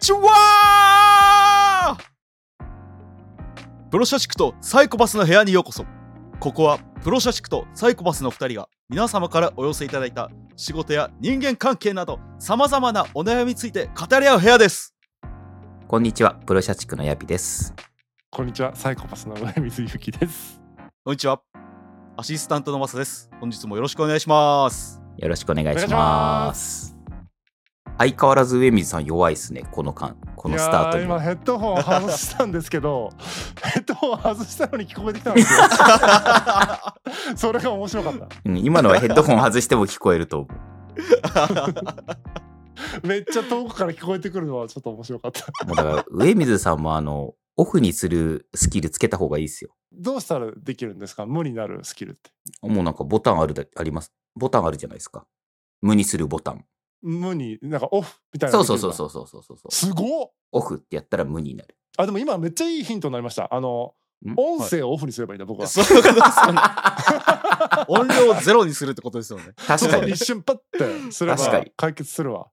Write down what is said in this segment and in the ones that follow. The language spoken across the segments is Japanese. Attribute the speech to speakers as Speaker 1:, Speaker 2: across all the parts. Speaker 1: ちはプロ社畜とサイコパスの部屋にようこそここはプロ社畜とサイコパスの2人が皆様からお寄せいただいた仕事や人間関係などさまざまなお悩みについて語り合う部屋です
Speaker 2: こんにちは、プロ社畜のヤピです。
Speaker 3: こんにちは、サイコパスの上水ゆきです。
Speaker 1: こんにちはアシスタントのマサです本日もよろしくお願いします
Speaker 2: よろしくお願いし
Speaker 3: お願いし
Speaker 2: ま。
Speaker 3: ます
Speaker 2: 相変わらず上水さん弱いですね、この間、このスタート
Speaker 3: いや
Speaker 2: に
Speaker 3: 今
Speaker 2: は。
Speaker 3: ヘッドホン外したんです けど、ヘッドホン外したのに聞こえてきたんですよ。それが面白かっ
Speaker 2: うん今のはヘッドホン外しても聞こえると思う。
Speaker 3: た。めっちゃ遠くから聞こえてくるのはちょっと面白かった。
Speaker 2: もうだから、上水さんもあの、オフにするスキルつけた方がいいですよ。
Speaker 3: どうしたらできるんですか無になるスキルって。
Speaker 2: もうなんかボタンあるだ、あります。ボタンあるじゃないですか。無にするボタン。
Speaker 3: 無に、なんかオフみたい
Speaker 2: そ
Speaker 3: なの
Speaker 2: う
Speaker 3: でき
Speaker 2: そうん
Speaker 3: るだ
Speaker 2: そうそうそうそうそう。
Speaker 3: すごっ
Speaker 2: オフってやったら無になる。
Speaker 3: あ、でも今めっちゃいいヒントになりました。あの
Speaker 2: ん、
Speaker 3: 音声をオフにすればいいんだ、僕は。
Speaker 1: そういうことですよね音量をゼロにするってことですよね
Speaker 2: 確か
Speaker 3: そう
Speaker 2: に
Speaker 3: 一。瞬パッてすれば
Speaker 2: 確かに
Speaker 3: 解決するわ。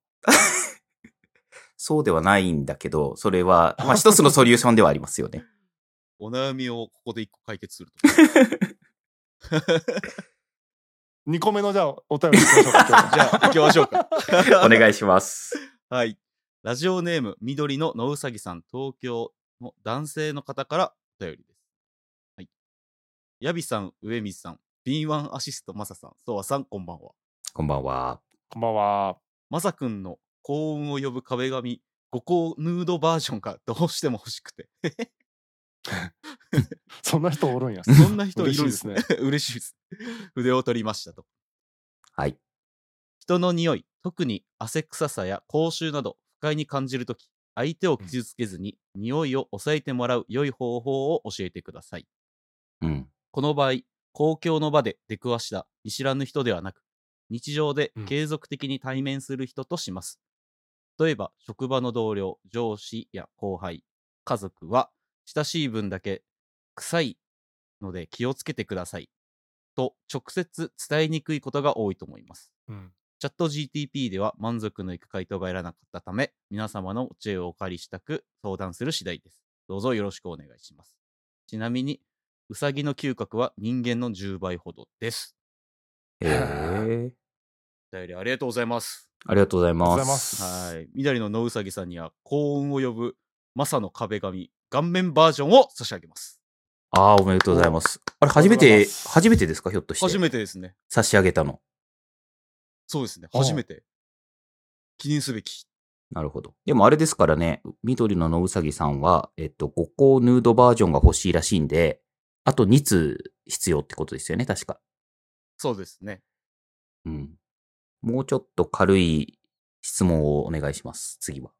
Speaker 2: そうではないんだけど、それは、まあ一つのソリューションではありますよね。
Speaker 1: お悩みをここで一個解決すると
Speaker 3: 2個目のじゃあお便りいきまし ょうか今日も
Speaker 1: じゃあ行きましょうか
Speaker 2: お願いします。
Speaker 1: はい。ラジオネーム、緑の野うさぎさん、東京の男性の方からお便りです。はい。ヤビさん、上水さん、敏腕アシスト、マサさん、ソワさん、こんばんは。
Speaker 2: こんばんは。
Speaker 3: こんばんは。
Speaker 1: マサくんの幸運を呼ぶ壁紙、五行ヌードバージョンがどうしても欲しくて。
Speaker 3: そんな人おるんや。
Speaker 1: そんな人いる
Speaker 3: 嬉し
Speaker 1: んで
Speaker 3: いですす
Speaker 1: ね
Speaker 3: ね。
Speaker 1: 嬉しいです。筆を取りましたと。
Speaker 2: はい。
Speaker 1: 人の匂い、特に汗臭さや口臭など不快に感じるとき、相手を傷つけずに、匂いを抑えてもらう良い方法を教えてください。
Speaker 2: うん。
Speaker 1: この場合、公共の場で出くわした見知らぬ人ではなく、日常で
Speaker 3: うん
Speaker 1: 継続的に対面する人とします。例えば、職場の同僚、上司や後輩、家族は、親しい分だけ、臭いので気をつけてください。と、直接伝えにくいことが多いと思います。
Speaker 3: うん
Speaker 1: チャット GTP では満足のいく回答が得られなかったため、皆様のお知恵をお借りしたく相談する次第です。どうぞよろしくお願いします。ちなみに、ウサギの嗅覚は人間の10倍ほどです。
Speaker 2: えー、
Speaker 1: お便りありがとうございます。
Speaker 2: ありがとうござい
Speaker 3: あ
Speaker 2: ま。
Speaker 3: りがとうございますす
Speaker 1: はい。緑の野ウサギさんには幸運を呼ぶマサの壁紙、顔面バージョンを差し上げます。
Speaker 2: ああ、おめでとうございます。あれ、初め
Speaker 3: ありがとうござ
Speaker 2: て
Speaker 3: いま、す
Speaker 2: 初めてですかひょっとして。
Speaker 1: 初
Speaker 2: て。
Speaker 1: めてですね。
Speaker 2: 差し上げたの。
Speaker 1: そうですね。
Speaker 3: ああ
Speaker 1: 初めて。記念すべき。
Speaker 2: なるほど。でもあれですからね、緑の野うさぎさんは、えっと、五行ヌードバージョンが欲しいらしいんで、あと2通必要ってことですよね、確か。
Speaker 1: そうですね。
Speaker 2: うん。もうちょっと軽い質問をお願いします、次は。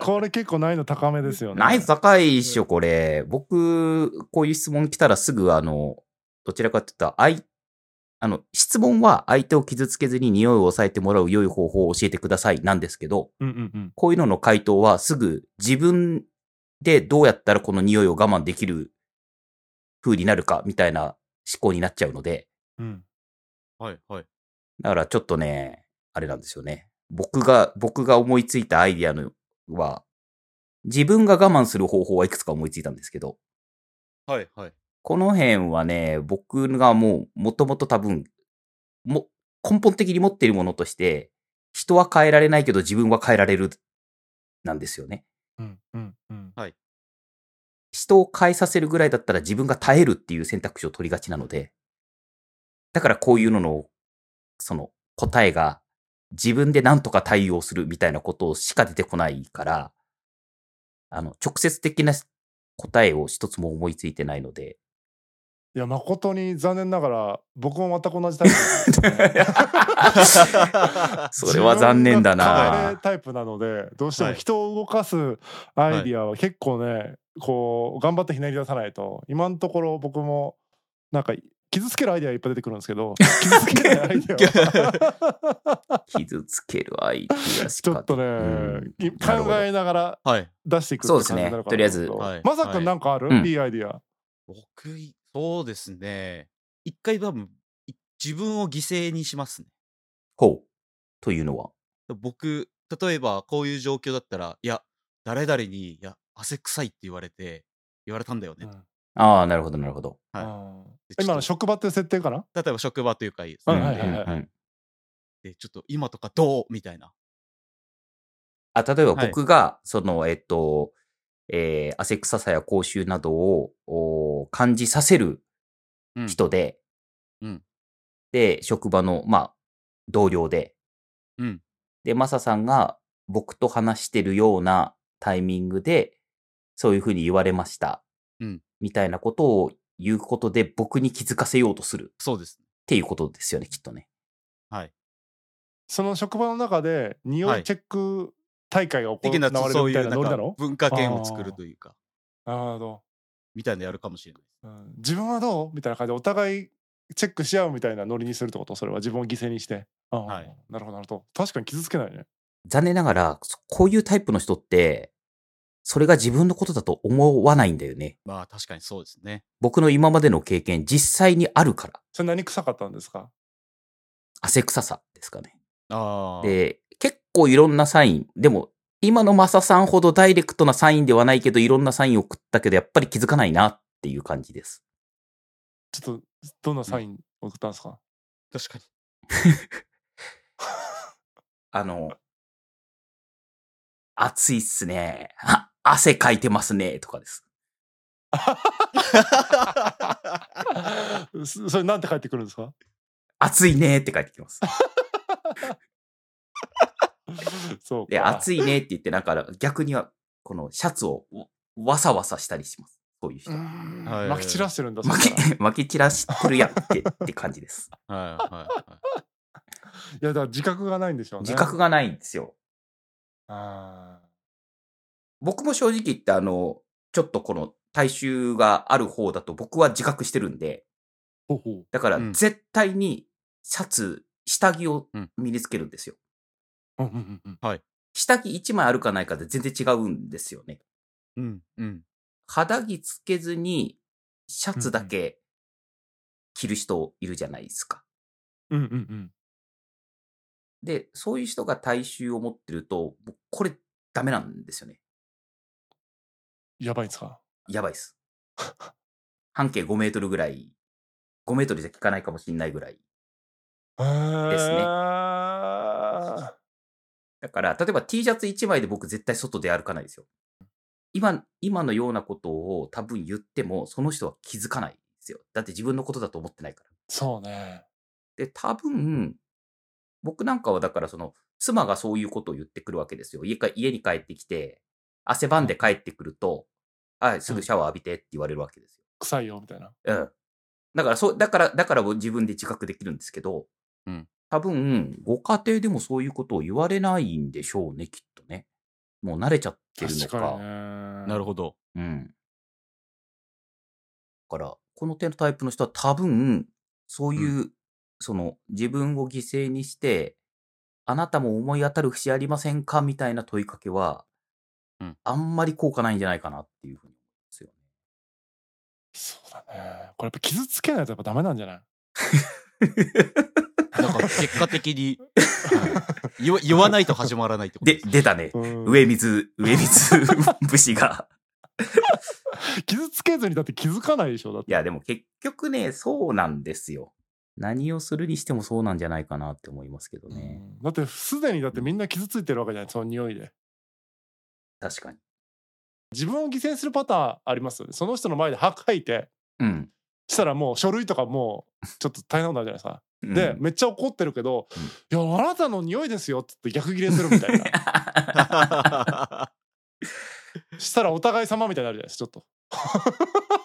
Speaker 3: これ結構難易度高めですよね。
Speaker 2: ナイス高いっしょ、これ。僕、こういう質問来たらすぐ、あの、どちらかって言ったら、あい、あの、質問は相手を傷つけずに匂いを抑えてもらう良い方法を教えてくださいなんですけど、
Speaker 3: うんうんうん。
Speaker 2: こういうのの回答はすぐ自分でどうやったらこの匂いを我慢できる風になるかみたいな思考になっちゃうので、
Speaker 3: うん、
Speaker 1: はいはい。
Speaker 2: だからちょっとね、あれなんですよね。僕が、僕が思いついたアイディアのは、自分が我慢する方法はいくつか思いついたんですけど、
Speaker 1: はいはい。
Speaker 2: この辺はね、僕がもう、もともと多分、も、根本的に持っているものとして、人は変えられないけど自分は変えられる、なんですよね。
Speaker 3: うんうんうん。
Speaker 2: 人を変えさせるぐらいだったら自分が耐えるっていう選択肢を取りがちなので、だからこういうのの、その答えが自分で何とか対応するみたいなことしか出てこないから、あの、直接的な答えを一つも思いついてないので、
Speaker 3: いや、誠に残念ながら、僕も全く同じタイプ ですね、
Speaker 2: それは残念だ
Speaker 3: 自分が変え
Speaker 2: な
Speaker 3: るタイプなので、どうして
Speaker 1: は
Speaker 3: も
Speaker 1: い
Speaker 3: 人を動かすアイディアは結構ね、こう、頑張ってひねり出さないと、今のところ僕も、なんか、傷つけるアイディアいっぱい出てくるんですけど、傷つけないアイディアは
Speaker 2: 傷つける相手がし
Speaker 3: ちょっとね、い考えながら
Speaker 1: はい。
Speaker 3: 出していくって
Speaker 2: そうです
Speaker 3: 感
Speaker 2: ね
Speaker 3: じなのかな
Speaker 2: とりあえず
Speaker 3: 思う
Speaker 1: はい
Speaker 3: まさくんなんかある、
Speaker 2: はい
Speaker 3: いいアイディア。
Speaker 1: 僕い、そうですね。一回多分、い自分を犠牲にしますね。
Speaker 2: ほう。というのは。
Speaker 1: 僕、例えばこういう状況だったらいや誰々にいや汗臭いって言われて言われたんだよね、
Speaker 2: ああ、なるほど、なるほど。
Speaker 1: はい
Speaker 3: い
Speaker 1: でちょっと
Speaker 3: 今の職場っていう設定かな
Speaker 1: 例えば職場というかいいです
Speaker 3: は
Speaker 1: ね、
Speaker 3: いはいはいはい
Speaker 2: うんうんうん
Speaker 1: でちょっと今とかどうみたいな
Speaker 2: あ例えば
Speaker 1: はい
Speaker 2: 僕が、その、えっと、えー汗臭さや口臭などをおー感じさせる
Speaker 1: うん
Speaker 2: 人で、
Speaker 1: うん
Speaker 2: で、職場の、まあ、同僚で、
Speaker 1: うん
Speaker 2: で、マサさんが僕と話してるようなタイミングで、そういうふうに言われました、
Speaker 1: うん
Speaker 2: みたいなことを言うことで、僕に気づかせようとするっ
Speaker 1: そうです
Speaker 2: ていうことですよね、きっとね。
Speaker 3: その職場の中で匂
Speaker 1: はい
Speaker 3: いチェック大会が行
Speaker 1: 的な
Speaker 3: われる
Speaker 1: そう
Speaker 3: み
Speaker 1: い
Speaker 3: たいうな
Speaker 1: な
Speaker 3: ノ
Speaker 1: ん
Speaker 3: リ
Speaker 1: か
Speaker 3: なの
Speaker 1: 文化圏を作るというか
Speaker 3: なるほど、
Speaker 1: みたいなのやるかもしれないです
Speaker 3: うん自分はどうみたいな感じでお互いチェックし合うみたいなノリにするってことそれは自分を犠牲にしてあー
Speaker 1: はい
Speaker 3: なるほどなるほど確かに傷つけないね
Speaker 2: 残念ながら、そこういうタイプの人って、それが自分のことだと思わないんだよね。
Speaker 1: まあ確かにそうですね
Speaker 2: 僕の今までの経験、実際にあるから。
Speaker 3: それ何臭かったんですか
Speaker 2: 汗臭さですかね。
Speaker 1: ああ
Speaker 2: で、結構いろんなサイン、でも、今のマサさんほどダイレクトなサインではないけど、いろんなサインを送ったけど、やっぱり気づかないなっていう感じです。
Speaker 3: ちょっとどんなサイン送ったんですか、
Speaker 1: 確かに
Speaker 2: あの、暑いっすね。あ汗かいてますね。とかです。
Speaker 3: そそれなんて返ってくるんですか
Speaker 2: 暑いねって書いてきます。
Speaker 3: そうか
Speaker 2: で、暑いねって言って、なんか逆には、このシャツをわさわさしたりします。そういう人
Speaker 3: う。ん
Speaker 1: はい
Speaker 3: 撒き散らしてるんだ
Speaker 2: 巻
Speaker 3: そ
Speaker 2: き
Speaker 3: したらい、
Speaker 2: 巻き散らしてるやんって、って感じ です。
Speaker 1: はいはいはい
Speaker 3: やだから自覚がないんでしょうね
Speaker 2: 自覚がないんですよ。
Speaker 3: あ
Speaker 2: 僕も正直言って、あの、ちょっとこの体臭がある方だと僕は自覚してるんで、
Speaker 3: ーほうほう
Speaker 2: だから
Speaker 1: うん
Speaker 2: 絶対にシャツ、下着を
Speaker 1: うん
Speaker 2: 身につけるんですよ。
Speaker 3: うんうんうん
Speaker 2: 下着1枚あるかないかで全然違うんですよね。
Speaker 1: うんうん
Speaker 2: 肌着つけずにシャツだけ着る人いるじゃないですか。
Speaker 3: うんうんうん
Speaker 2: で、そういう人が体臭を持ってると、もうこれダメなんですよね。
Speaker 3: やばいんですか
Speaker 2: やばい です。半径5メートルぐらい、5メートルじゃ効かないかもしれないぐらい。
Speaker 3: です
Speaker 2: ねだから、例えば T シャツ1枚で僕絶対外で歩かないですよ。今、今のようなことを多分言っても、その人は気づかないですよ。だって自分のことだと思ってないから。
Speaker 3: そうね。
Speaker 2: で、多分、僕なんかはだからその、妻がそういうことを言ってくるわけですよ。家か家に帰ってきて、汗ばんで帰ってくると、あ、すぐシャワー浴びてって言われるわけですよ。
Speaker 3: 臭いよみたいな。
Speaker 2: うん。だから、そう、だから、だから自分で自覚できるんですけど、
Speaker 1: うん
Speaker 2: 多分、ご家庭でもそういうことを言われないんでしょうね、きっとね。もう慣れちゃってるの
Speaker 3: 確
Speaker 2: か。
Speaker 3: かにね。
Speaker 1: なるほど
Speaker 2: うん。だから、この手のタイプの人は多分、そういう、その、自分を犠牲にして、あなたも思い当たる節ありませんかみたいな問いかけは、
Speaker 1: うん
Speaker 2: あんまり効果ないんじゃないかなっていうふうに思うんですよね。
Speaker 3: そうだね。これやっぱ傷つけないとやっぱダメなんじゃない
Speaker 1: なんか結果的に、はい言わ言わないと始まらないってこと
Speaker 2: で
Speaker 1: で、
Speaker 2: 出たね。
Speaker 3: うん
Speaker 2: 上水、上水 節が。
Speaker 3: 傷つけずにだって気づかないでしょだっ
Speaker 2: い
Speaker 3: て。
Speaker 2: や、でも結局ね、そうなんですよ。何をするにしてもそうなんじゃないかなって思いますけどね。
Speaker 3: うんだってすでにだってみんな傷ついてるわけじゃないその匂いで
Speaker 2: 確かに。
Speaker 3: 自分を犠牲にするパターンありますよねその人の前で吐いて
Speaker 2: うん。
Speaker 3: したらもう書類とかもうちょっと大変なことになるじゃない
Speaker 2: うん
Speaker 3: ですか、でめっちゃ怒ってるけど「いやあなたの匂いですよ」っつって逆ギレするみた いな
Speaker 1: は
Speaker 3: したらお互い様みたいになるじゃないですかちょ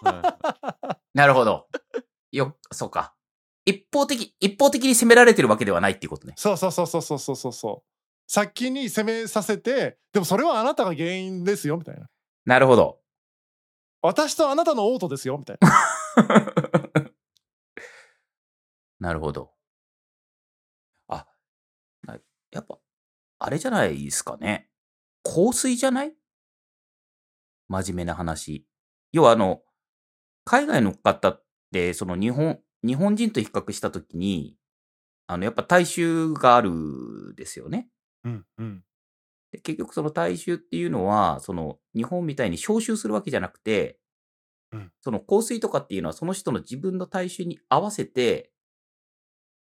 Speaker 3: っと
Speaker 1: い
Speaker 2: なるほど。よ、そうか。一方的、一方的に責められてるわけではないっていうことね。
Speaker 3: そうそうそうそうそうそうそうそう。先に攻めさせて、でもそれはあなたが原因ですよみたいな。
Speaker 2: なるほど。
Speaker 3: 私とあなたのオートですよみたいな。
Speaker 2: なるほど。あ、なやっぱ、あれじゃないですかね。香水じゃない真面目な話。要はあの、海外の方って、その日本、日本人と比較したときに、あの、やっぱ大衆があるですよね。
Speaker 3: うんうん。
Speaker 2: で結局その大衆っていうのは、その日本みたいに招集するわけじゃなくて、
Speaker 3: うん
Speaker 2: その香水とかっていうのはその人の自分の大衆に合わせて、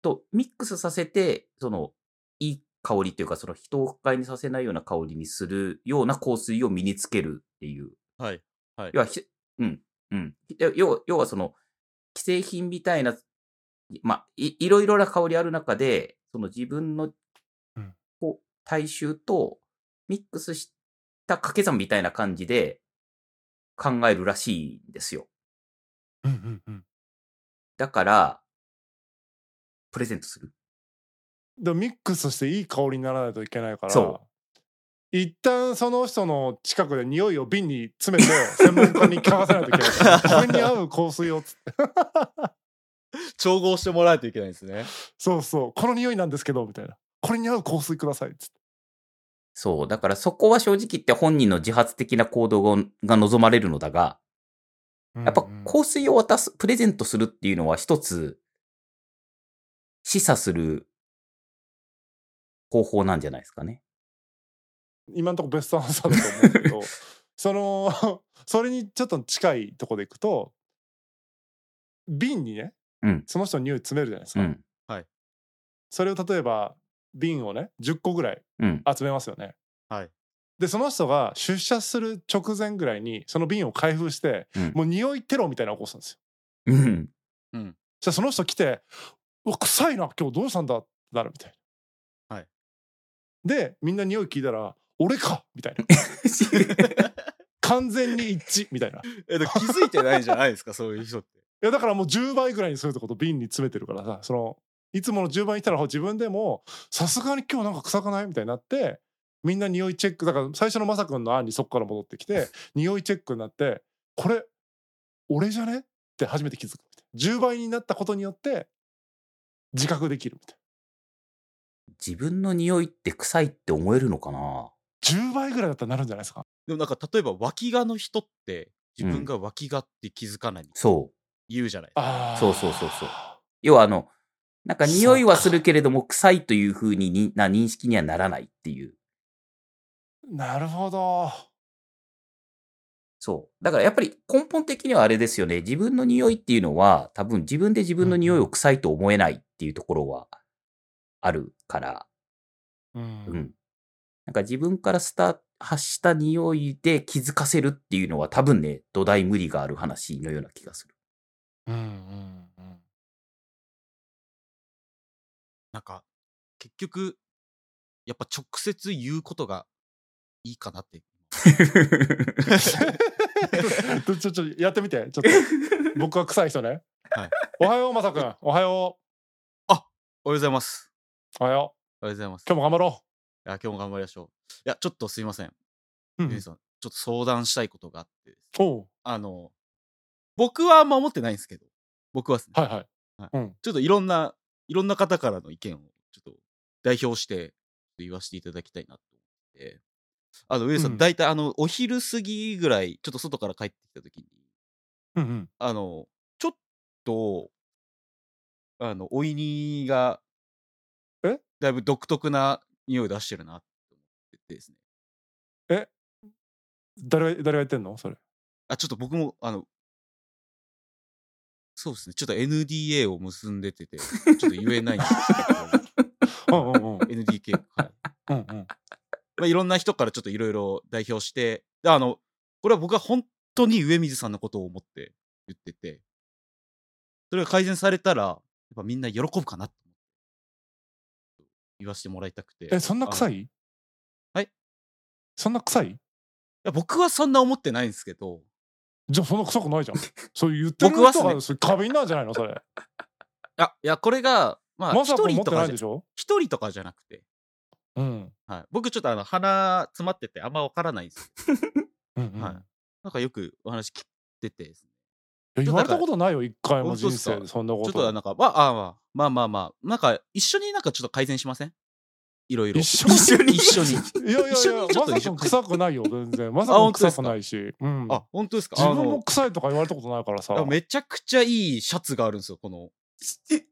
Speaker 2: とミックスさせて、そのいい香りというか、その人を不快にさせないような香りにするような香水を身につけるっていう。
Speaker 1: はい。はい
Speaker 2: 要はひ、うん、うん。要は、要はその、既製品みたいな、まあ、いいろいろな香りある中で、その自分の
Speaker 3: うん、
Speaker 2: こう、大衆とミックスした掛け算みたいな感じで考えるらしいんですよ。
Speaker 3: うんうんうん
Speaker 2: だから、プレゼントする。
Speaker 3: でもミックスしていい香りにならないといけないから
Speaker 2: そ
Speaker 3: 一旦その人の近くで匂いを瓶に詰めて 専門家に嗅がせないといけないからこれに合う香水をつって
Speaker 1: 調合してもらわないといけないですね。
Speaker 3: そうそうこの匂いなんですけどみたいなこれに合う香水くださいっつって
Speaker 2: そう。だからそこは正直言って本人の自発的な行動がが望まれるのだが、やっぱ
Speaker 3: うんうん
Speaker 2: 香水を渡す、プレゼントするっていうのは一つ、示唆する方法なんじゃないですかね。
Speaker 3: 今のところベストアンサーだと思うんだけどその それにちょっと近いとこでいくと瓶にね、
Speaker 2: うん
Speaker 3: その人の匂い詰めるじゃないです
Speaker 2: う
Speaker 3: か、
Speaker 2: ん。
Speaker 3: それを例えば瓶をね10個ぐらい
Speaker 2: うん。
Speaker 3: 集めますよね
Speaker 1: はい。
Speaker 3: でその人が出社する直前ぐらいにその瓶を開封して、
Speaker 2: うん
Speaker 3: もう匂いテロみたいなの起こすんですよ
Speaker 2: うん。
Speaker 3: じゃあその人来て「うわ臭いな今日どうしたんだ」ってなるみたいな。
Speaker 1: はい
Speaker 3: でみんな匂い聞いたら「俺か!」みたいな完全に一致みたいな。
Speaker 1: えでも気づいてないんじゃないですか、そういう人って。
Speaker 3: いやだからもう10倍ぐらいにするってこと瓶に詰めてるからさそのいつもの10倍にしたら自分でもさすがに今日なんか臭くないみたいになってみんな匂いチェックだから最初のまさくんの案にそこから戻って きて匂いチェックになってこれ俺じゃねって初めて気づくみたいな10倍になったことによって自覚できるみたい
Speaker 2: 自分の匂いって臭いって思えるのかな
Speaker 3: な10倍ぐらいだったらなるんじゃないですか
Speaker 1: でもなんか例えば脇がの人って自分が脇がって気づかないって
Speaker 2: そう。
Speaker 1: 言うじゃないですか。
Speaker 3: あー
Speaker 2: そうそうそうそう要はあの、なんか匂いはするけれども臭いというふうににな認識にはならないっていう。
Speaker 3: なるほど
Speaker 2: そう。だからやっぱり根本的にはあれですよね。自分の匂いっていうのは多分自分で自分の匂いを臭いと思えないっていうところはあるから。
Speaker 3: う
Speaker 2: うんん。なんか自分からスタ発した匂いで気づかせるっていうのは多分ね、土台無理がある話のような気がす る。
Speaker 3: うんうんうん
Speaker 1: なんか結局やっぱ直接言うことがいいかなって。
Speaker 3: ちょちょちょやってみて ちょっと僕は臭い人ね、
Speaker 1: はい
Speaker 3: おはようまさくんおは
Speaker 1: おはよ
Speaker 3: よ
Speaker 1: うございます。
Speaker 3: うおはよ
Speaker 1: おはようございます
Speaker 3: う。今日も頑張ろ
Speaker 1: いや今日も頑張りましょう。いやちょっとすいません。
Speaker 3: う、う
Speaker 1: ユニ
Speaker 3: ん、
Speaker 1: さんちょっと相談したいことがあってです
Speaker 3: おう
Speaker 1: あの僕は守ってないんですけど僕はですね、
Speaker 3: はいはい
Speaker 1: ちょっといろんないろんな方からの意見をちょっと代表して言わせていただきたいなと思ってあの上さん、
Speaker 3: うん
Speaker 1: 大体あのお昼過ぎぐらいちょっと外から帰ってきた時に
Speaker 3: うんうん
Speaker 1: あのちょっとあのおいにが
Speaker 3: え
Speaker 1: だいぶ独特な匂い出してるなって思ってですね
Speaker 3: 誰が誰が言ってんの それ
Speaker 1: あ、ちょっと僕も、あの、そうですね。ちょっと NDA を結んでてて、ちょっと言えないんです
Speaker 3: うんうんうん
Speaker 1: けど、NDK はい。
Speaker 3: うんうん
Speaker 1: まあ、いろんな人からちょっといろいろ代表して、であの、これは僕は本当に上水さんのことを思って言ってて、それが改善されたら、やっぱみんな喜ぶかなって言わせてもらいたくて。
Speaker 3: えそんな臭
Speaker 1: い
Speaker 3: い
Speaker 1: はい
Speaker 3: そんな臭い
Speaker 1: や僕はそんな思ってないんですけど、
Speaker 3: じゃあそんな臭くな いじゃんそう言ってる
Speaker 1: 僕はっ
Speaker 3: 人
Speaker 1: すね
Speaker 3: がそれ過敏なんじゃないのそれ
Speaker 1: あ、いや、これが、 まあ、
Speaker 3: ま
Speaker 1: 一
Speaker 3: さくん持
Speaker 1: 人
Speaker 3: って
Speaker 1: と
Speaker 3: な
Speaker 1: か
Speaker 3: い
Speaker 1: じゃ
Speaker 3: で、しょ
Speaker 1: 一人とかじゃなくて、
Speaker 3: うん
Speaker 1: はい、僕ちょっとあの鼻詰まっててあんま分からないんですよ
Speaker 3: うんうん、
Speaker 1: はい
Speaker 3: い
Speaker 1: なんかよくお話聞いててですね
Speaker 3: や言われたことないよ一回も人
Speaker 1: 本当
Speaker 3: 生
Speaker 1: っすか
Speaker 3: でそんなこ
Speaker 1: ちょ
Speaker 3: と
Speaker 1: っとなんかまあああまあまあまあなんか一緒になんかちょっと改善しませんいろいろ
Speaker 3: 一緒に
Speaker 1: 一緒に一緒に
Speaker 3: いやいやい
Speaker 1: 一緒
Speaker 3: や
Speaker 1: にちょっと
Speaker 3: ま
Speaker 1: 一
Speaker 3: さ
Speaker 1: 緒
Speaker 3: くん
Speaker 1: に
Speaker 3: 臭くないよ全然まさ
Speaker 1: あ
Speaker 3: くん
Speaker 1: 本当で
Speaker 3: 臭
Speaker 1: すか
Speaker 3: くないし、う ん、
Speaker 1: あ本当ですか
Speaker 3: 自分
Speaker 1: あ
Speaker 3: も
Speaker 1: の
Speaker 3: 臭いとか言われたことないからさ
Speaker 1: いやめちゃくちゃいいシャツがあるんですよこの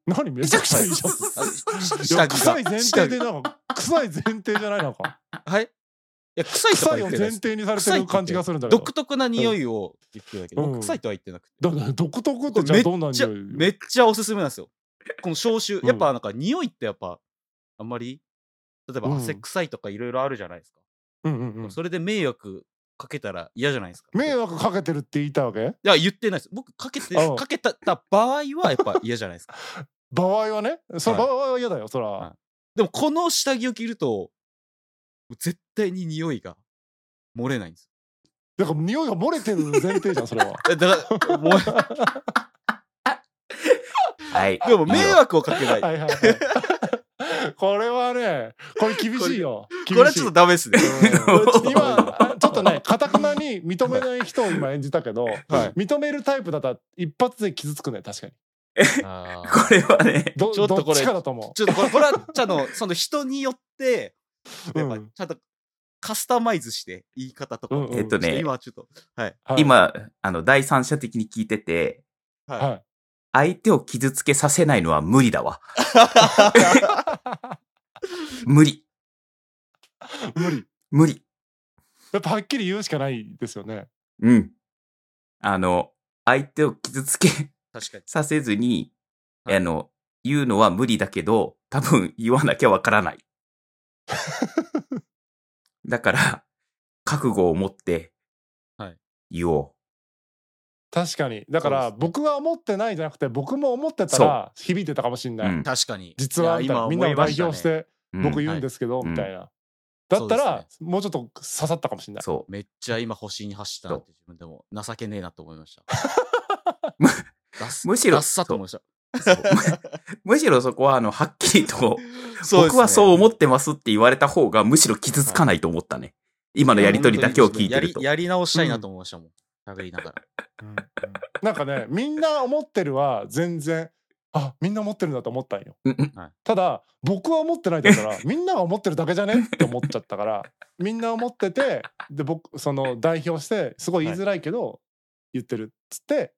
Speaker 3: 何めちゃくちゃいいじゃん
Speaker 1: あの
Speaker 3: いや
Speaker 1: 下着
Speaker 3: 臭い
Speaker 1: が
Speaker 3: 前
Speaker 1: 下着
Speaker 3: 提でなんか臭い前提じゃないなんか
Speaker 1: はいや臭いとか
Speaker 3: 臭い
Speaker 1: 言
Speaker 3: を
Speaker 1: ってない
Speaker 3: 前
Speaker 1: です
Speaker 3: 提にされて
Speaker 1: 臭いっ
Speaker 3: る
Speaker 1: て
Speaker 3: 感じがするんだけど
Speaker 1: 独特な匂いを言ってたけど、
Speaker 3: うん
Speaker 1: 僕臭いとは言ってなくて
Speaker 3: だから独特ってじゃあどんな匂い
Speaker 1: めっちゃおすすめなんですよこの消臭
Speaker 3: うん
Speaker 1: やっぱなんか匂いってやっぱあんまり例えば
Speaker 3: うん
Speaker 1: 汗臭いとかいろいろあるじゃないですか、
Speaker 3: うんうんうん
Speaker 1: それで迷惑かけたら嫌じゃないですか
Speaker 3: 迷惑かけてるって言いたいわけ
Speaker 1: いや言ってないです僕かけて
Speaker 3: ああ
Speaker 1: かけたた場合はやっぱ嫌じゃないですか
Speaker 3: 場合はねその
Speaker 1: は
Speaker 3: 場
Speaker 1: い
Speaker 3: 合は嫌だよそら、
Speaker 1: はいでもこの下着を着ると絶対に匂いが漏れないんです
Speaker 3: だから匂いが漏れてる前提じゃんそれは
Speaker 1: よだからもう
Speaker 2: はい。
Speaker 1: でも迷惑をかけ ない
Speaker 3: はいはい、はい、 これはねこれ厳しいよ
Speaker 1: これはちょっと
Speaker 3: っ
Speaker 1: ダメです ね
Speaker 3: 今ちょっとねかたくなに認めない人を今演じたけど、
Speaker 1: はい
Speaker 3: 認めるタイプだったら一発で傷つくね確かに
Speaker 1: あー
Speaker 2: これはね、
Speaker 3: ど
Speaker 1: ちょっとこれ
Speaker 3: どっちかだと思
Speaker 1: ちょっとこれこれはちゃんとその人によ って
Speaker 3: う、
Speaker 1: やっ
Speaker 3: う
Speaker 1: ぱ
Speaker 3: ん
Speaker 1: ちゃんとカスタマイズして言い方とか、
Speaker 3: うんうん
Speaker 2: えっとね
Speaker 1: 今はちょっとはい
Speaker 3: はい
Speaker 2: 今、あの、第三者的に聞いてて、
Speaker 1: はい、
Speaker 3: はい
Speaker 2: 相手を傷つけさせないのは無理だ わ。無理。
Speaker 3: 無理
Speaker 2: 無理。
Speaker 3: やっぱはっきり言うしかないですよね
Speaker 2: うん。あの、相手を傷つけ
Speaker 1: 確かに
Speaker 2: させずに、
Speaker 1: はい
Speaker 2: あの、言うのは無理だけど、多分言わなきゃわか らない。だから、覚悟を持って
Speaker 1: はい、
Speaker 2: 言おう。
Speaker 3: 確かにだか
Speaker 1: そうで
Speaker 3: ら
Speaker 1: す
Speaker 3: 僕は思ってないじゃなくて僕も思ってたら響いてたかもしんない、
Speaker 2: うん
Speaker 1: 確かに
Speaker 3: 実
Speaker 1: い
Speaker 3: は
Speaker 1: や
Speaker 3: みたいなみんなを
Speaker 1: 思いま
Speaker 3: 代
Speaker 1: たね
Speaker 3: 表して
Speaker 2: うん
Speaker 3: 僕言うんですけど、
Speaker 2: はい
Speaker 3: みたいな、
Speaker 1: うん
Speaker 3: だった
Speaker 1: そう
Speaker 3: ら、
Speaker 1: で
Speaker 3: もうちょっと刺さったかもしれない
Speaker 2: そう。
Speaker 1: めっちゃ今星に走ったなって自分でも情けねえなと思いました
Speaker 2: む
Speaker 1: ダッ
Speaker 2: むしろ
Speaker 1: ダッサと思いました
Speaker 2: そうむしろそこは、あの、はっきりと、
Speaker 1: そうですね
Speaker 2: 僕はそう思ってますって言われた方が、むしろ傷つかないと思ったね。今のやりとりだけを聞いてると。
Speaker 1: やりやり直したいなと思いましたもん、探りながら
Speaker 3: うんうんなんかねみんな思ってるは全然あみんな思ってるんだと思ったんよ
Speaker 2: うんうん
Speaker 3: ただ僕は思ってないだっ たらみんなが思ってるだけじゃねって思っちゃったからみんな思っててで僕その代表してすごい言いづらいけど言ってるっつって、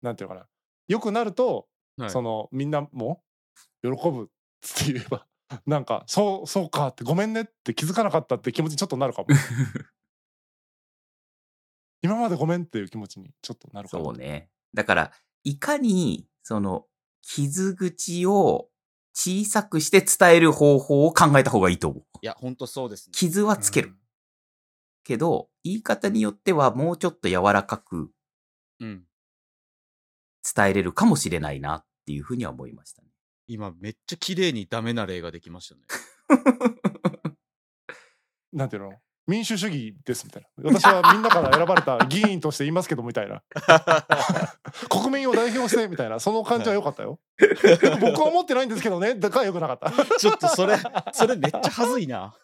Speaker 3: なんていうのかなよくなると、
Speaker 1: はい
Speaker 3: そのみんなも喜ぶって言えばなんかそうそうかってごめんねって気づかなかったって気持ちにちょっとなるかも今までごめんっていう気持ちにちょっとなるかも
Speaker 2: そうね。だから、いかに、その、傷口を小さくして伝える方法を考えた方がいいと思う。
Speaker 1: いやほんとそうですね
Speaker 2: 傷はつける。けど、言い方によってはもうちょっと柔らかく
Speaker 1: うん
Speaker 2: 伝えれるかもしれないなっていうふうには思いましたね。
Speaker 1: 今めっちゃ綺麗にダメな例ができましたね
Speaker 3: うんなんていうの民主主義ですみたいな私はみんなから選ばれた議員として言いますけどみたいな 国民を代表してみたいなその感じは良かったよ僕は思ってないんですけどねだから良くなかった
Speaker 1: ちょっとそれそれめっちゃ恥ずいな、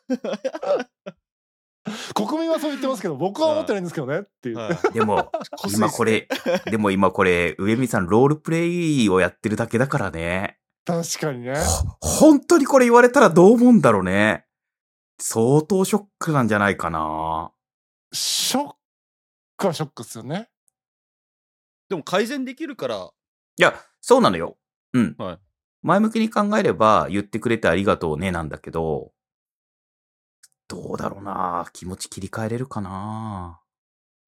Speaker 3: 国民はそう言ってますけど僕は思ってないんですけどねっていう、
Speaker 1: はい
Speaker 2: で も、
Speaker 1: こすいっすね
Speaker 2: 今これ、でも今これ、上見さんロールプレイをやってるだけだからね。
Speaker 3: 確かにね
Speaker 2: ほ本当にこれ言われたらどう思うんだろうね。相当ショックなんじゃないかな。
Speaker 3: ショックはショックですよね
Speaker 1: でも改善できるから
Speaker 2: いや、そうなのよ。うん。
Speaker 1: はい
Speaker 2: 前向きに考えれば、言ってくれてありがとうね、なんだけど、どうだろうな気持ち切り替えれるかな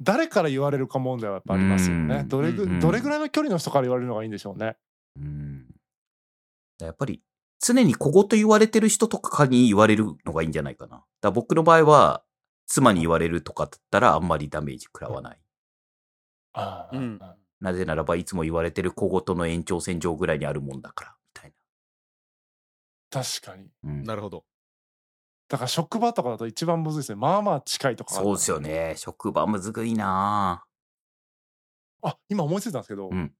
Speaker 3: 誰から言われるか問題はやっぱありますよ
Speaker 2: う
Speaker 3: ね
Speaker 2: ん
Speaker 3: どれぐ、
Speaker 1: うん
Speaker 3: どれぐらいの距離の人から言われるのがいいんでしょうね
Speaker 2: うん。やっぱり、常に小言言われてる人とかに言われるのがいいんじゃないかな。だから僕の場合は、妻に言われるとかだったらあんまりダメージ食らわない。
Speaker 3: ああ
Speaker 1: うん
Speaker 2: なぜならば、いつも言われてる小言の延長線上ぐらいにあるもんだから、みたい
Speaker 3: 確かに
Speaker 2: な。うん、
Speaker 1: なるほど
Speaker 3: だから職場とかだと一番むずいですねまあまあ近いとか
Speaker 2: そうですよね。職場むずくいな
Speaker 3: あ今思いついたんですけど、
Speaker 2: うん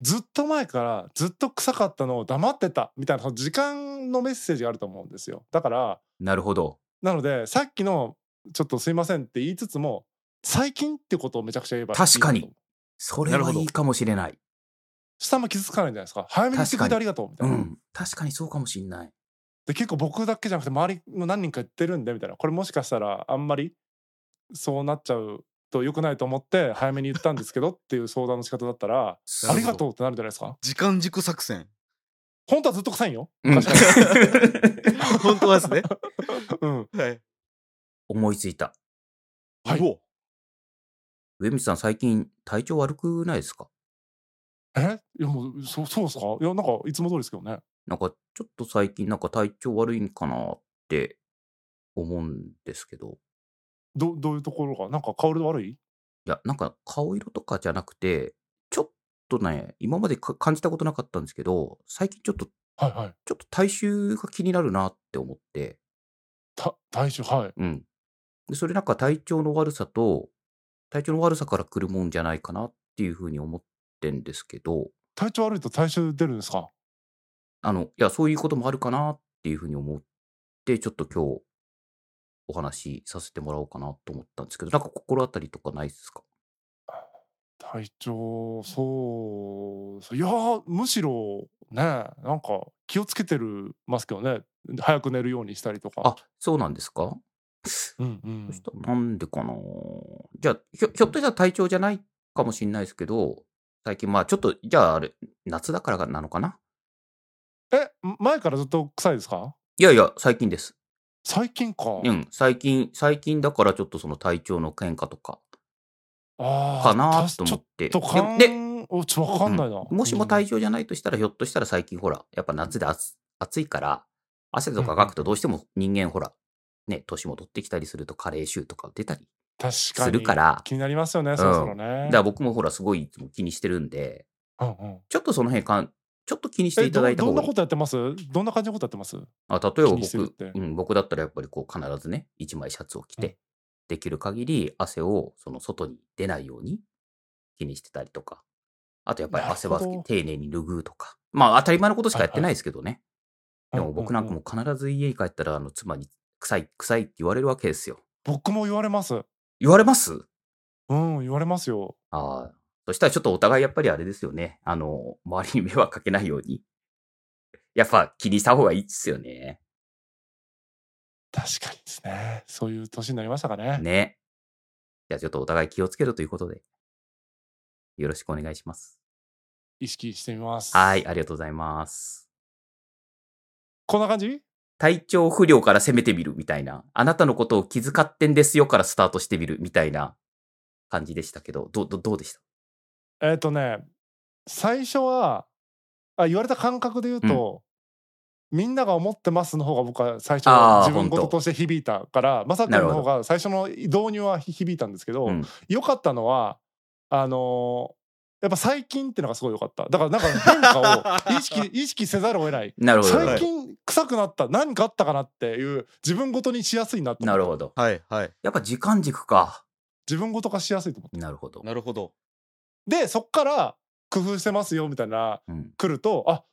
Speaker 3: ずっと前からずっと臭かったのを黙ってたみたいなその時間のメッセージがあると思うんですよだから
Speaker 2: なるほど。
Speaker 3: なのでさっきの「ちょっとすいません」って言いつつも最近ってことをめちゃくちゃ言えばいい
Speaker 2: 確かに
Speaker 3: いいと思う
Speaker 2: それ
Speaker 1: なる
Speaker 2: は
Speaker 1: ほど
Speaker 2: いいかもしれない。
Speaker 3: 下も傷つかないんじゃないですか早めに言ってくれてありがとうみた
Speaker 2: う
Speaker 3: いな、
Speaker 2: ん。確かにそうかもしんない。
Speaker 3: で結構僕だけじゃなくて周りの何人か言ってるんでみたいなこれもしかしたらあんまりそうなっちゃうと良くないと思って早めに言ったんですけどっていう相談の仕方だ ったら「
Speaker 1: な
Speaker 3: あ
Speaker 1: る
Speaker 3: り
Speaker 1: ほど
Speaker 3: がとう」ってなるんじゃないですか
Speaker 1: 時間軸作戦
Speaker 3: 本当はずっと臭いんよ
Speaker 2: うん
Speaker 3: 確かに
Speaker 1: 本当はですね
Speaker 3: うん
Speaker 1: はい
Speaker 2: 思いついた。
Speaker 3: はい
Speaker 1: お
Speaker 2: 上道さん、最近体調悪くないですか
Speaker 3: えいやもうそそうですかいやなんかいつも通りですけどね
Speaker 2: なんか、ちょっと最近、なんか体調悪いんかなって思うんですけど。
Speaker 3: どどういうところがなんか顔色悪い
Speaker 2: いや、なんか顔色とかじゃなくて、ちょっとね、今までか感じたことなかったんですけど、最近ちょっと、
Speaker 3: はいはい
Speaker 2: ちょっと体臭が気になるなって思って、
Speaker 3: た体臭はい
Speaker 2: うん。で、それなんか体調の悪さと、体調の悪さから来るもんじゃないかなっていうふうに思ってんですけど、
Speaker 3: 体調悪いと体臭出るんですか
Speaker 2: あの、いや、そういうこともあるかなっていうふうに思って、ちょっと今日、お話しさせてもらおうかなと思ったんですけど、なんか心当たりとかないですか
Speaker 3: 体調そうそういやーむしろねなんか気をつけてるますけどね早く寝るようにしたりとか
Speaker 2: あ、そうなんですか
Speaker 3: うんうん
Speaker 2: そしたらなんでかなじゃあひょ、ひょっとしたら体調じゃないかもしれないですけど、最近まあちょっと、じゃああれ、夏だからなのかな
Speaker 3: え前からずっと臭いですか
Speaker 2: いやいや、最近です。
Speaker 3: 最近か、
Speaker 2: うん、最近、最近だからちょっとその体調の喧嘩とか、
Speaker 3: あー
Speaker 2: かな
Speaker 3: た
Speaker 2: と
Speaker 3: ち
Speaker 2: 思
Speaker 3: ょ
Speaker 2: っ。
Speaker 3: ってとかん
Speaker 2: でで
Speaker 3: おちょわかんないな、
Speaker 2: もしも
Speaker 3: 体
Speaker 2: 体調じゃないとしたら、ひょっとしたら最近ほら、やっぱ夏で暑暑いから、汗とかかくとどうしても人間ほら、ね、年も取ってきたりすると加齢臭とか出たり。
Speaker 3: 確かに
Speaker 2: するから
Speaker 3: 気になりますよねそろそろね
Speaker 2: だ、から僕もほら、すごいいつも気にしてるんで、
Speaker 3: うんうん、
Speaker 2: ちょっとその辺かん、ちょっと気にして
Speaker 3: え
Speaker 2: いただ
Speaker 3: ど
Speaker 2: いた
Speaker 3: ど
Speaker 2: 方
Speaker 3: ん
Speaker 2: が
Speaker 3: ない
Speaker 2: い
Speaker 3: ことやってますどんな感じのことやってます
Speaker 2: あ例えば
Speaker 3: 気にしてるっ
Speaker 2: 僕、
Speaker 3: て
Speaker 2: うん、僕だったらやっぱりこう必ずね、一枚シャツを着て、
Speaker 3: うん
Speaker 2: できる限り汗をその外に出ないように気にしてたりとか、あとやっぱり汗は
Speaker 3: なるほど
Speaker 2: 丁寧に拭うとか、まあ当たり前のことしかやってないですけどね。
Speaker 3: うん
Speaker 2: でも僕なんか
Speaker 3: うんうん
Speaker 2: もう必ず家に帰ったらあの妻に臭い、臭いって言われるわけですよ。
Speaker 3: 僕も言われます
Speaker 2: 言われます
Speaker 3: うん言われますよ
Speaker 2: ああ。そしたらちょっとお互いやっぱりあれですよね。あの、周りに迷惑かけないように。やっぱ気にした方がいいっすよね。
Speaker 3: 確かにですねそういう年になりましたか ね
Speaker 2: ね。じゃあちょっとお互い気をつけるということで、よろしくお願いします。
Speaker 3: 意識してみます
Speaker 2: はい、ありがとうございます。
Speaker 3: こんな感じ
Speaker 2: 体調不良から攻めてみるみたいな、あなたのことを気遣ってんですよからスタートしてみるみたいな感じでしたけど、ど、どどうでした
Speaker 3: えっ、とね最初はあ言われた感覚で言うと、みんなが思ってますの方が僕は最初
Speaker 2: あー
Speaker 3: は自分
Speaker 2: ほん
Speaker 3: 事
Speaker 2: と
Speaker 3: として響いたからまさき
Speaker 2: なる
Speaker 3: の
Speaker 2: ほど
Speaker 3: 方が最初の導入は響いたんですけど
Speaker 2: うん
Speaker 3: 良、かったのはあのーやっぱ最近ってのがすごい良かっただからなんか変化を 意識意識せざるを得ない
Speaker 2: なるほど。
Speaker 3: 最近臭くなった何かあったかなっていう自分ごとにしやすいなと思
Speaker 2: な
Speaker 3: った
Speaker 2: るほど。
Speaker 1: はいはい
Speaker 2: やっぱ時間軸か。
Speaker 3: 自分ごと化しやすいと思っ
Speaker 2: なるほど。
Speaker 1: なるほど
Speaker 3: たでそっから工夫してますよみたいな
Speaker 2: うん。
Speaker 3: 来るとあ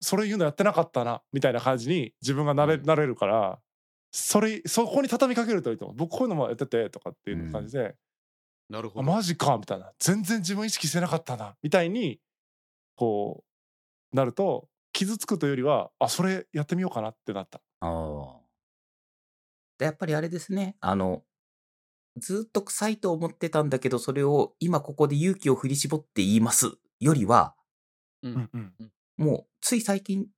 Speaker 3: それ言うのやってなかったなみたいな感じに自分がなれ,、
Speaker 2: うん
Speaker 3: なれるからそれそこに畳みかけるといいと思う僕こういうのもやっててとかっていう感じで、
Speaker 1: なる
Speaker 3: あマジかみたいな全然自分意識してなかったなみたいにこうなると傷つくというよりはあそれやってみようかなってなった
Speaker 2: ああ。でやっぱりあれですね。あの、ずっと臭いと思ってたんだけど、それを今ここで勇気を振り絞って言いますよりは、
Speaker 1: う
Speaker 3: うんんうん
Speaker 2: もうつい最近、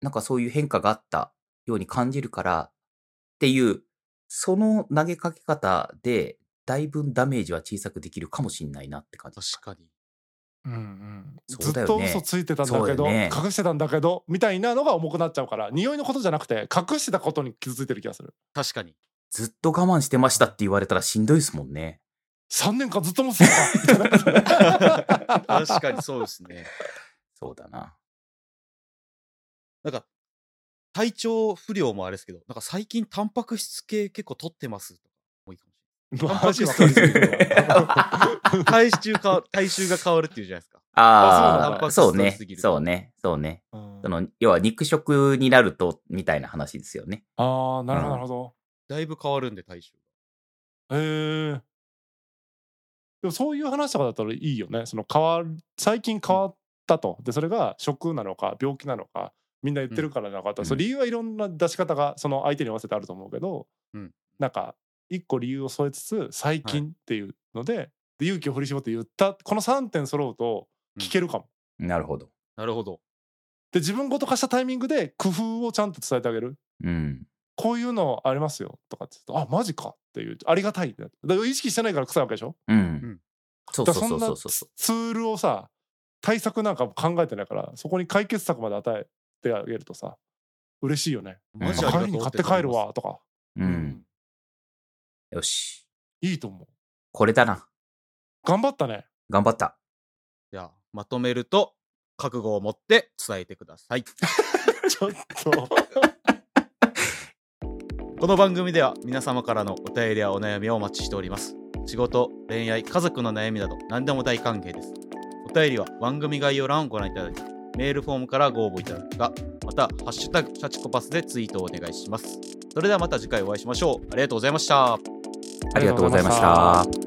Speaker 2: なんかそういう変化があったように感じるからっていう、その投げかけ方で、だいぶんダメージは小さくできるかもしんないなって感じ。
Speaker 1: 確かに
Speaker 3: うんうん
Speaker 2: そうだ
Speaker 3: ずっ
Speaker 2: よ
Speaker 3: と
Speaker 2: ね
Speaker 3: 嘘ついてたんだ
Speaker 2: そ
Speaker 3: け
Speaker 2: うだ
Speaker 3: ど
Speaker 2: よね
Speaker 3: 隠してたんだけどみたいなのが重くなっちゃうから匂いのことじゃなくて隠してたことに傷ついてる気がする
Speaker 1: 確かに
Speaker 2: ずっと我慢してましたって言われたらしんどいですもんね。
Speaker 3: 3年間ずっと思ってたみたいな
Speaker 1: 確かにそうですね
Speaker 2: そうだな。
Speaker 1: なんか体調不良もあれですけどなんか最近タンパク質系結構取ってますとかもいいかもし
Speaker 3: マジわかりづ らい
Speaker 1: れ ない体臭か体臭が変わるっていうじゃないですか
Speaker 3: あそうな
Speaker 2: あ
Speaker 1: んだ
Speaker 2: あ、そう
Speaker 1: タンパク質取り
Speaker 2: ね
Speaker 1: すぎ。ると
Speaker 2: そうね。そうね。
Speaker 3: うん
Speaker 2: その、要は肉食になると、みたいな話ですよね。
Speaker 3: ああなるほ
Speaker 2: うん
Speaker 3: どなるほど、
Speaker 1: だいぶ変わるんで体臭
Speaker 3: へえでもそういう話とかだったらいいよねその変わる最近変わったとでそれが食なのか病気なのかみんな言ってるからなのかと、
Speaker 2: うん
Speaker 3: その理由はいろんな出し方がその相手に合わせてあると思うけど、
Speaker 1: うん
Speaker 3: なんか一個理由を添えつつ最近っていうので,、で勇気を振り絞って言ったこの3点揃うと聞けるかも、
Speaker 2: なるほど。
Speaker 1: なるほど
Speaker 3: で自分ごと化したタイミングで工夫をちゃんと伝えてあげる
Speaker 2: うん。
Speaker 3: こういうのありますよとかって言うとあマジかっていうありがたいってなってだから意識してないから臭いわけでしょ
Speaker 2: うん。そう
Speaker 3: だ
Speaker 2: そう
Speaker 3: か
Speaker 2: そ
Speaker 3: らそん
Speaker 2: う
Speaker 3: な
Speaker 2: そうそう。
Speaker 3: ツールをさ対策なんか考えてないからそこに解決策まで与えてあげるとさ嬉しいよね。
Speaker 1: マ
Speaker 2: ジ
Speaker 1: ありがとう
Speaker 3: 帰りに買って帰るわとか
Speaker 2: うん。よし。
Speaker 3: いいと思う。
Speaker 2: これだな。
Speaker 3: 頑張ったね。
Speaker 2: 頑張った。
Speaker 1: じゃあまとめると覚悟を持って伝えてください
Speaker 3: ちょっと
Speaker 1: この番組では皆様からのお便りやお悩みをお待ちしております仕事恋愛家族の悩みなど何でも大歓迎ですお便りは番組概要欄をご覧いただきメールフォームからご応募いただくかまた「ハッシュタグシャチコパス」でツイートをお願いしますそれではまた次回お会いしましょうありがとうございました
Speaker 2: ありがとうございました。